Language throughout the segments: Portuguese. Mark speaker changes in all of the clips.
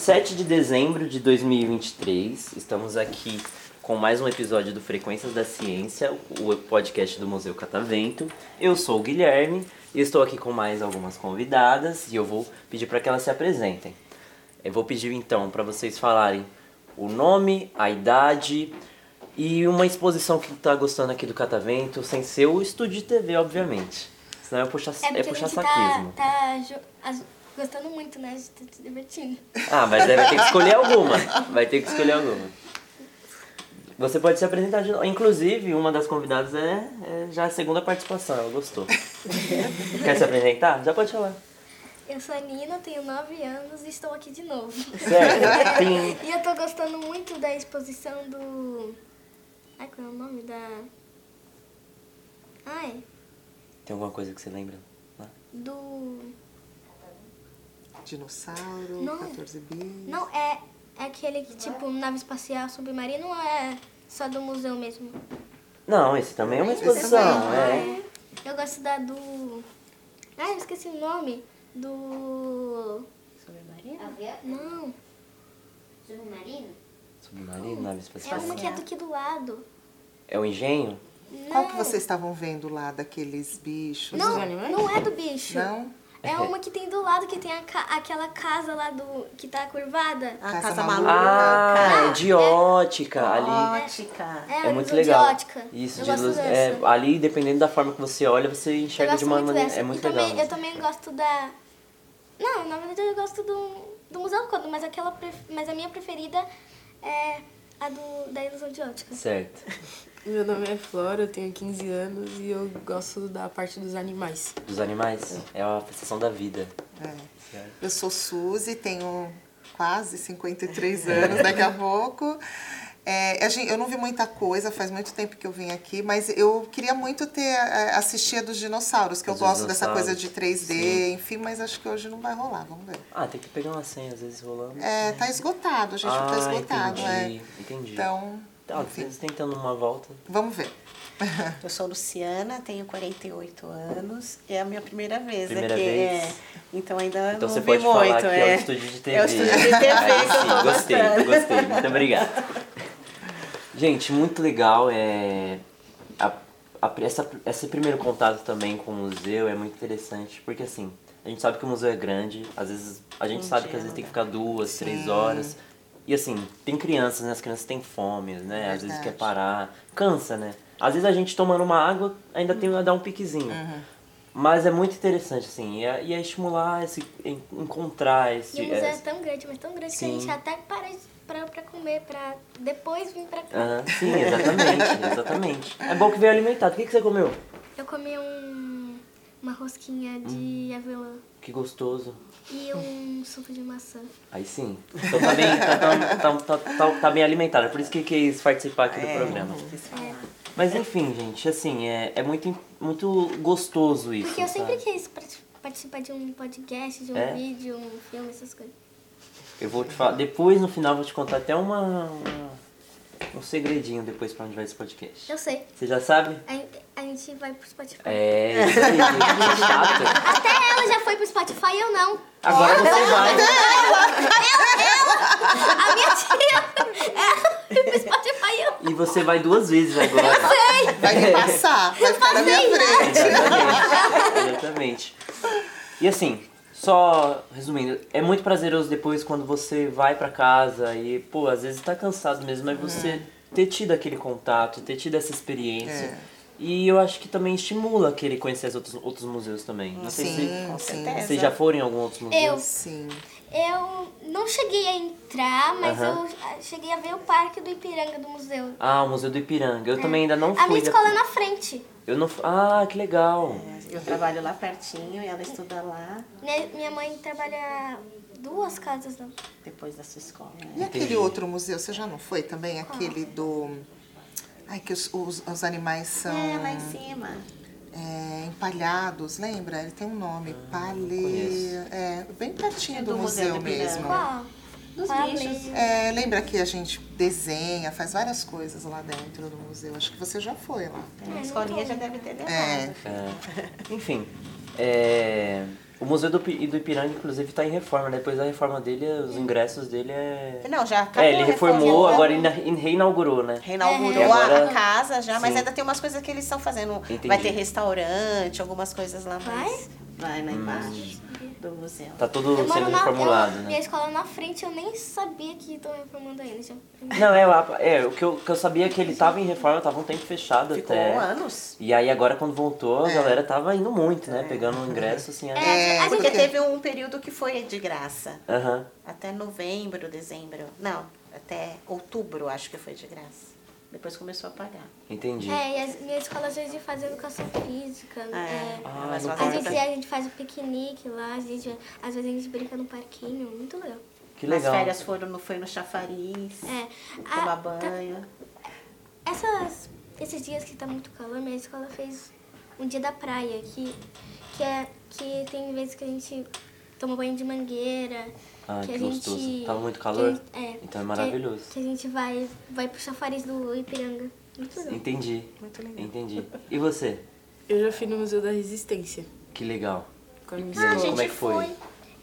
Speaker 1: 7 de dezembro de 2023, estamos aqui com mais um episódio do Frequências da Ciência, o podcast do Museu Catavento. Eu sou o Guilherme e estou aqui com mais algumas convidadas e eu vou pedir para que elas se apresentem. Eu vou pedir então para vocês falarem o nome, a idade e uma exposição que tá gostando aqui do Catavento, sem ser o estúdio de TV, obviamente. Senão é puxar,
Speaker 2: É
Speaker 1: é
Speaker 2: porque
Speaker 1: puxar
Speaker 2: a gente tá,
Speaker 1: saquismo.
Speaker 2: tá jo- as- gostando muito, né? A gente tá se divertindo.
Speaker 1: Ah, mas aí vai ter que escolher alguma. Vai ter que escolher alguma. Você pode se apresentar de novo. Inclusive, uma das convidadas é, é já a segunda participação, ela gostou. Quer se apresentar? Já pode falar.
Speaker 2: Eu sou a Nina, tenho 9 anos e estou aqui de novo.
Speaker 1: Certo. Tem,
Speaker 2: E eu tô gostando muito da exposição do. Ai, qual é o nome da. Ai,
Speaker 1: tem alguma coisa que você lembra? lá?
Speaker 2: do.
Speaker 3: Dinossauro,
Speaker 2: Não.
Speaker 3: 14 bis.
Speaker 2: Não, é, é aquele que, tipo, nave espacial, submarino, ou é só do museu mesmo? Ah,
Speaker 1: Não, esse também é uma exposição.
Speaker 2: um
Speaker 1: É.
Speaker 2: Eu gosto da do. Ai, eu esqueci o nome. Do.
Speaker 4: Submarino?
Speaker 5: Avião?
Speaker 2: Não.
Speaker 5: Submarino?
Speaker 1: Submarino, nave
Speaker 2: É
Speaker 1: espacial.
Speaker 2: uma que é do que do lado.
Speaker 1: É o engenho?
Speaker 3: Qual que vocês estavam vendo lá daqueles bichos?
Speaker 2: Não,
Speaker 4: Dos animais?
Speaker 2: não é do bicho.
Speaker 3: Não?
Speaker 2: É uma que tem do lado, que tem a ca- aquela casa lá do. que tá curvada.
Speaker 4: A
Speaker 3: Casa
Speaker 4: Casa
Speaker 3: Maluca.
Speaker 1: Ah, é de ótica ali.
Speaker 4: Ótica.
Speaker 2: É,
Speaker 1: É
Speaker 2: a
Speaker 1: muito
Speaker 2: ilusão
Speaker 1: legal.
Speaker 2: de ótica.
Speaker 1: Isso,
Speaker 2: eu
Speaker 1: de
Speaker 2: gosto
Speaker 1: luz.
Speaker 2: dessa.
Speaker 1: É, ali, dependendo da forma que você olha, você
Speaker 2: eu
Speaker 1: enxerga
Speaker 2: gosto
Speaker 1: de uma
Speaker 2: muito
Speaker 1: maneira.
Speaker 2: dessa.
Speaker 1: É muito
Speaker 2: e também,
Speaker 1: legal.
Speaker 2: Eu também gosto da. Não, na verdade eu gosto do, do Museu Kodo, mas, aquela pref- mas a minha preferida é a do, da ilusão de ótica.
Speaker 1: Certo.
Speaker 4: Meu nome é Flora, eu tenho 15 anos e eu gosto da parte dos animais.
Speaker 1: Dos animais? É a sensação da vida.
Speaker 3: É. Eu sou Suzy, tenho quase 53 anos daqui a pouco. É, a gen- eu não vi muita coisa, faz muito tempo que eu vim aqui, mas eu queria muito ter é, assistir a dos dinossauros, que eu
Speaker 1: Dos
Speaker 3: gosto dessa coisa
Speaker 1: dinossauros,
Speaker 3: de 3D,
Speaker 1: sim.
Speaker 3: enfim, mas acho que hoje não vai rolar, vamos ver.
Speaker 1: Ah, tem que pegar uma senha, às vezes rolando.
Speaker 3: É, tá esgotado, a gente
Speaker 1: ah,
Speaker 3: tá esgotado,
Speaker 1: entendi,
Speaker 3: é.
Speaker 1: entendi.
Speaker 3: Então,
Speaker 1: Tá,
Speaker 3: enfim,
Speaker 1: vocês tentando uma volta.
Speaker 3: vamos ver.
Speaker 6: Eu sou Luciana, tenho 48 anos. É a minha primeira vez
Speaker 1: Primeira
Speaker 6: aqui.
Speaker 1: vez.
Speaker 6: é. Então ainda
Speaker 1: Então
Speaker 6: não
Speaker 1: você
Speaker 6: vi
Speaker 1: pode
Speaker 6: muito.
Speaker 1: falar que é.
Speaker 6: é.
Speaker 1: o estúdio de TV.
Speaker 6: É o estúdio de TV
Speaker 1: Aí
Speaker 6: que eu
Speaker 1: sim,
Speaker 6: tô
Speaker 1: gostei,
Speaker 6: gostando.
Speaker 1: gostei. Muito obrigado. Gente, muito legal. É... a- a- essa, esse primeiro contato também com o museu é muito interessante, porque assim, a gente sabe que o museu é grande, às vezes a gente
Speaker 6: Um
Speaker 1: sabe
Speaker 6: dia
Speaker 1: que às
Speaker 6: não
Speaker 1: vezes tem que
Speaker 6: dá.
Speaker 1: ficar duas, três horas. E assim, tem crianças, né? As crianças têm fome, né? Às vezes quer
Speaker 3: Verdade.
Speaker 1: parar. Cansa, né? Às vezes a gente tomando uma água ainda tem dar um piquezinho. Mas é muito interessante, assim, e é, e é estimular, esse, en- encontrar esse.
Speaker 2: E o museu é
Speaker 1: esse-
Speaker 2: tão grande, mas tão grande que
Speaker 1: Sim.
Speaker 2: a gente até para de- pra, pra comer, pra depois vir pra cá.
Speaker 1: Aham, sim, exatamente, exatamente. É bom que veio alimentado. O que, que você comeu?
Speaker 2: Eu comi um, uma rosquinha de
Speaker 1: Hum.
Speaker 2: avelã
Speaker 1: Que gostoso.
Speaker 2: e um suco de maçã.
Speaker 1: Aí sim. Então tá bem, tá, tá, tá, tá- tá- tá bem alimentado. É por isso que quis participar aqui
Speaker 2: É.
Speaker 1: do programa.
Speaker 6: Quis falar.
Speaker 1: Mas enfim, gente, assim, é, é muito, im- muito gostoso isso.
Speaker 2: Porque eu sempre
Speaker 1: sabe?
Speaker 2: quis parti- participar de um podcast, de um
Speaker 1: É?
Speaker 2: vídeo, um filme, essas coisas.
Speaker 1: Eu vou te falar. Depois, no final, eu vou te contar até uma. uma- um segredinho depois pra onde vai esse podcast.
Speaker 2: Eu sei.
Speaker 1: Você já sabe?
Speaker 2: A, a gente vai pro Spotify.
Speaker 1: É, isso aí, gente, chato.
Speaker 2: Até ela já foi pro Spotify, eu não. né?
Speaker 1: Agora você vai.
Speaker 2: A minha tia ela foi pro Spotify, eu
Speaker 1: E você vai duas vezes agora.
Speaker 3: Vai me passar, vai ficar na minha frente.
Speaker 1: Exatamente. Exatamente. E assim, só resumindo, é muito prazeroso depois quando você vai pra casa e, pô, às vezes tá cansado mesmo,
Speaker 2: Uhum.
Speaker 1: mas você ter tido aquele contato, ter tido essa experiência.
Speaker 3: É.
Speaker 1: E eu acho que também estimula aquele conhecer os outros, outros museus também. Não sei
Speaker 3: Sim,
Speaker 1: se
Speaker 3: sim.
Speaker 6: certeza.
Speaker 1: vocês já foram em algum outro museu.
Speaker 2: Eu.
Speaker 3: Sim.
Speaker 2: Eu não cheguei a entrar, mas
Speaker 1: Aham.
Speaker 2: eu ah, cheguei a ver o parque do Ipiranga do museu.
Speaker 1: Ah, o Museu do Ipiranga. Eu também ainda não fui. né?
Speaker 2: É. A minha escola é na frente.
Speaker 1: Eu não. fu- Ah, que legal.
Speaker 6: Eu trabalho lá pertinho e ela estuda lá
Speaker 2: Né, Minha mãe trabalha duas casas não.
Speaker 6: depois da sua escola. né?
Speaker 3: E aquele outro museu, você já não foi também? Aquele do. Ai, que os, os, os animais são
Speaker 1: Então.
Speaker 6: É, lá em cima.
Speaker 3: é, empalhados, lembra? Ele tem um nome. Pale.
Speaker 1: conheço.
Speaker 3: É, bem pertinho
Speaker 6: É
Speaker 3: do,
Speaker 6: do
Speaker 3: museu
Speaker 6: Museu do Ipiranga.
Speaker 3: mesmo.
Speaker 2: Qual?
Speaker 5: Dos
Speaker 1: Ah,
Speaker 2: Pabllo.
Speaker 5: bichos.
Speaker 3: É, lembra que a gente desenha, faz várias coisas lá dentro do museu. Acho que você já foi lá.
Speaker 6: A escolinha já deve ter
Speaker 3: É.
Speaker 6: levado.
Speaker 1: É, enfim, é, o Museu do, Ipi- do Ipiranga, inclusive, está em reforma. né? Depois da reforma dele, os ingressos dele é...
Speaker 6: Não, já acabou.
Speaker 1: É, ele
Speaker 6: a reforma. né?
Speaker 1: reformou, agora ainda reinaugurou, né?
Speaker 6: Reinaugurou
Speaker 1: É, agora-
Speaker 6: a casa já, mas
Speaker 1: Sim.
Speaker 6: ainda tem umas coisas que eles estão fazendo. Vai
Speaker 1: Entendi.
Speaker 6: ter restaurante, algumas coisas lá mais. Vai lá embaixo do museu.
Speaker 1: Hum. Tá tudo
Speaker 2: Eu
Speaker 1: sendo
Speaker 2: moro na
Speaker 1: reformulado,
Speaker 2: eu,
Speaker 1: né?
Speaker 2: minha escola na frente, eu nem sabia que estão reformando ainda. Já-
Speaker 1: Não, é, lá- é o que eu, que eu sabia é que ele tava em reforma, tava um tempo fechado
Speaker 6: Ficou um É.
Speaker 1: até.
Speaker 6: anos.
Speaker 1: E aí agora quando voltou, a galera tava indo muito,
Speaker 6: É.
Speaker 1: né? Pegando o ingresso, assim, a-
Speaker 2: É, a
Speaker 6: Porque
Speaker 2: gente-
Speaker 6: teve um período que foi de graça.
Speaker 1: Aham.
Speaker 6: Até novembro, dezembro. Não, até outubro acho que foi de graça. Depois começou a pagar.
Speaker 1: entendi.
Speaker 2: É, e as minhas escolas às vezes fazem educação física. é.
Speaker 1: Ah,
Speaker 6: mas
Speaker 1: no
Speaker 2: A
Speaker 6: faz
Speaker 1: parque.
Speaker 6: outra-
Speaker 2: gente, a gente faz o piquenique lá, a gente, às vezes a gente brinca no parquinho, muito legal.
Speaker 1: Que legal.
Speaker 6: As férias foram no, foi no chafariz,
Speaker 2: É,
Speaker 4: Ah,
Speaker 6: tomar
Speaker 4: tá.
Speaker 2: a-
Speaker 6: banho.
Speaker 2: Essas, esses dias que tá muito calor, minha escola fez um dia da praia, que, que, é, que tem vezes que a gente toma banho de mangueira.
Speaker 1: Ah, que
Speaker 2: a
Speaker 1: gostoso.
Speaker 2: gente-
Speaker 1: Tava muito
Speaker 2: que a
Speaker 1: calor?
Speaker 2: gente- é,
Speaker 1: Então é
Speaker 2: que-
Speaker 1: maravilhoso.
Speaker 2: Que, a gente vai, vai pro chafariz do Ipiranga. Muito legal.
Speaker 1: Entendi.
Speaker 6: assim. Muito legal.
Speaker 1: Entendi. E você?
Speaker 4: Eu já fui no Museu da Resistência.
Speaker 1: Que legal.
Speaker 4: Com a minha
Speaker 1: E aí,
Speaker 2: Ah,
Speaker 4: escola.
Speaker 1: como é que foi?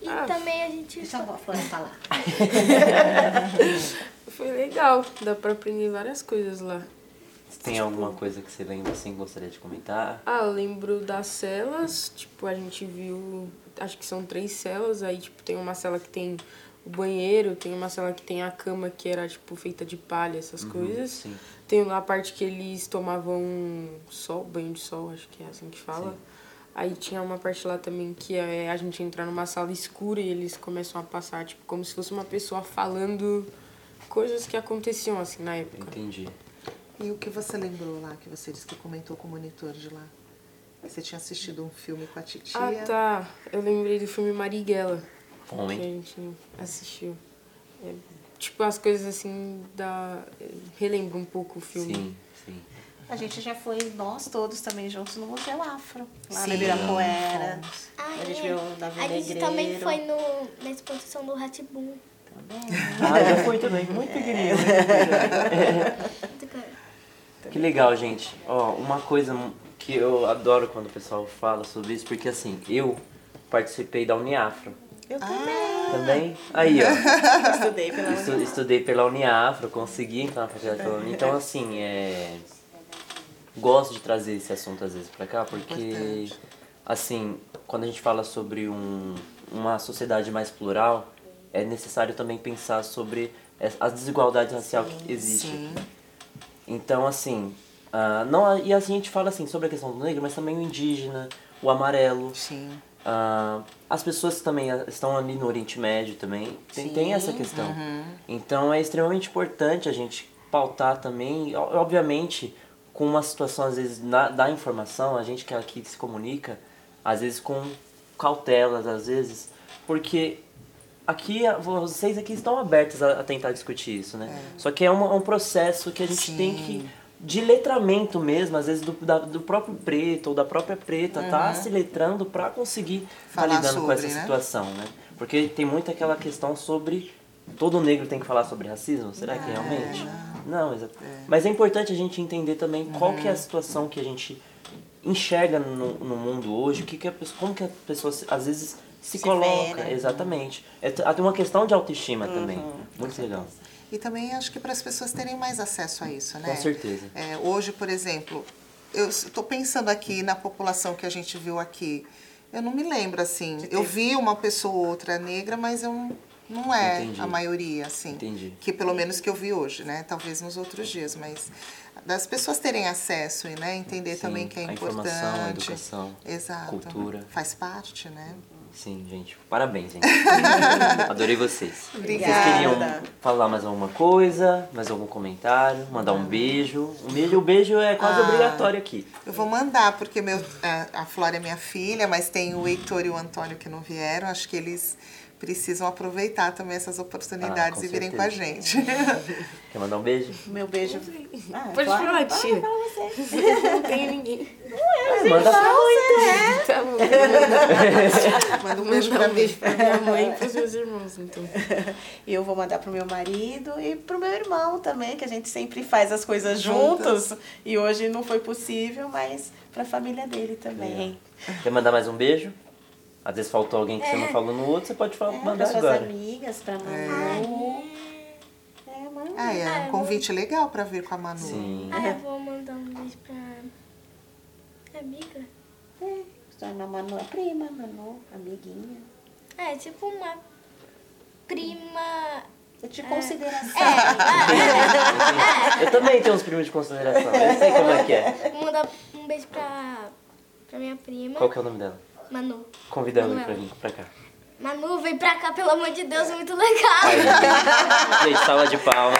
Speaker 2: E
Speaker 4: Ah.
Speaker 2: também a gente.
Speaker 6: Deixa a Flora falar.
Speaker 4: Foi legal, dá pra aprender várias coisas lá.
Speaker 1: Tem alguma coisa que você lembra assim, gostaria de comentar?
Speaker 4: Ah, eu lembro das celas, tipo, a gente viu, acho que são três celas, aí, tipo, tem uma cela que tem o banheiro, tem uma cela que tem a cama que era, tipo, feita de palha, essas coisas.
Speaker 1: Uhum, sim.
Speaker 4: Tem lá a parte que eles tomavam sol, banho de sol, acho que é assim que fala.
Speaker 1: Sim.
Speaker 4: Aí tinha uma parte lá também que é a gente entrar numa sala escura e eles começam a passar, tipo, como se fosse uma pessoa falando coisas que aconteciam, assim, na época.
Speaker 1: Entendi.
Speaker 3: E o que você lembrou lá, que você disse que comentou com o monitor de lá? Que Você tinha assistido um filme com a titia.
Speaker 4: Ah, tá. Eu lembrei do filme Marighella.
Speaker 1: Bom, hein?
Speaker 4: Que a gente assistiu. É, tipo, as coisas assim da... Relembra um pouco o filme.
Speaker 1: Sim, sim.
Speaker 6: A gente já foi, nós todos também juntos, no Museu Afro. Lá
Speaker 3: Sim.
Speaker 6: na Ibirapuera.
Speaker 2: Ah,
Speaker 6: a gente
Speaker 2: é.
Speaker 6: viu na Vila
Speaker 2: A gente
Speaker 6: Negreiro.
Speaker 2: também foi no, na exposição do Ratibum.
Speaker 1: Ah, já foi também. Muito pequenininho. Que legal, gente. Ó, uma coisa que eu adoro quando o pessoal fala sobre isso, porque assim, eu participei da Uniafro.
Speaker 6: Eu também
Speaker 1: Também? Aí, ó.
Speaker 6: estudei pela
Speaker 1: estu- estudei pela Uniafro, consegui entrar na faculdade pela Uni. Então, assim, é. Gosto de trazer esse assunto às vezes pra cá, porque,
Speaker 3: Importante.
Speaker 1: assim, quando a gente fala sobre um, uma sociedade mais plural, é necessário também pensar sobre as- as desigualdades raciais que existem.
Speaker 3: Sim.
Speaker 1: Então, assim, ah, não, e assim a gente fala assim sobre a questão do negro, mas também o indígena, o amarelo.
Speaker 3: Sim.
Speaker 1: ah, as pessoas que também ah, estão ali no Oriente Médio também, tem, tem essa questão. Então é extremamente importante a gente pautar também, o- obviamente, com uma situação às vezes na- da informação, a gente que é aqui se comunica, às vezes com cautelas, às vezes, porque aqui a- vocês aqui estão abertos a, a tentar discutir isso, né? Só que é um, é um processo que a gente
Speaker 3: Sim.
Speaker 1: tem que de letramento mesmo, às vezes do, da- do próprio preto ou da própria preta, tá se letrando pra conseguir tá
Speaker 3: Falar
Speaker 1: lidando com
Speaker 3: sobre,
Speaker 1: essa
Speaker 3: né?
Speaker 1: situação, né? Porque tem muito aquela questão sobre todo negro tem que falar sobre racismo, será que realmente? Não, exato. Mas é importante a gente entender também qual que é a situação que a gente enxerga no, no mundo hoje, o que que a pessoa, como que a pessoa se- às vezes se,
Speaker 6: vê,
Speaker 1: coloca,
Speaker 6: né?
Speaker 1: exatamente. É t- até uma questão de autoestima também, muito legal.
Speaker 3: E também acho que para as pessoas terem mais acesso a isso, né?
Speaker 1: Com certeza.
Speaker 3: É, hoje, por exemplo, eu estou pensando aqui na população que a gente viu aqui. Eu não me lembro, assim. Eu vi uma pessoa ou outra negra, mas eu não- não é
Speaker 1: Entendi.
Speaker 3: a maioria, assim.
Speaker 1: Entendi.
Speaker 3: Que pelo menos que eu vi hoje, né? Talvez nos outros dias, mas das pessoas terem acesso e né? entender
Speaker 1: Sim,
Speaker 3: também que é
Speaker 1: a
Speaker 3: importante.
Speaker 1: informação, a educação,
Speaker 3: Exato.
Speaker 1: cultura.
Speaker 3: Faz parte, né?
Speaker 1: Sim, gente. Parabéns, gente. Adorei vocês.
Speaker 3: Obrigada.
Speaker 1: Vocês queriam falar mais alguma coisa, mais algum comentário, mandar um beijo. Um beijo, o beijo é quase
Speaker 3: Ah.
Speaker 1: obrigatório aqui.
Speaker 3: Eu vou mandar, porque meu, a- a Flora é minha filha, mas tem o Heitor e o Antônio que não vieram. Acho que eles precisam aproveitar também essas
Speaker 1: Ah,
Speaker 3: oportunidades
Speaker 1: com
Speaker 3: e virem com a gente.
Speaker 1: Quer mandar um beijo?
Speaker 6: Meu beijo. Ah,
Speaker 4: Pode
Speaker 6: Flora?
Speaker 4: falar, tia.
Speaker 6: Fala você.
Speaker 4: Não tem ninguém.
Speaker 6: Eu
Speaker 1: É, manda pra né?
Speaker 4: Tá bom. Manda
Speaker 3: Manda um
Speaker 4: um
Speaker 3: beijo pra mim.
Speaker 4: beijo pra minha mãe e pros meus irmãos, então.
Speaker 6: E eu vou mandar pro meu marido e pro meu irmão também, que a gente sempre faz as coisas juntos. E hoje não foi possível, mas pra família dele também.
Speaker 1: Quer mandar mais um beijo? Às vezes faltou alguém que você não falou no outro, você pode falar,
Speaker 6: É,
Speaker 1: mandar
Speaker 6: pras suas
Speaker 1: agora.
Speaker 6: amigas, pra mamãe. É, mãe.
Speaker 3: Ah, é um convite legal pra vir com a Manu.
Speaker 1: Sim.
Speaker 2: Ah, eu vou mandar um beijo pra minha amiga.
Speaker 6: É, sua Manu, a prima, Manu, amiguinha.
Speaker 2: É, tipo uma prima.
Speaker 6: Eu te considero assim.
Speaker 1: Eu também tenho uns primos de consideração, eu sei como é que é.
Speaker 2: Vou mandar um beijo pra, pra minha prima.
Speaker 1: Qual que é o nome dela?
Speaker 2: Manu.
Speaker 1: Convida ela
Speaker 2: Manuela.
Speaker 1: pra vir pra cá.
Speaker 2: Manu, vem pra cá, pelo amor de Deus, é muito legal.
Speaker 1: Gente, sala de palmas.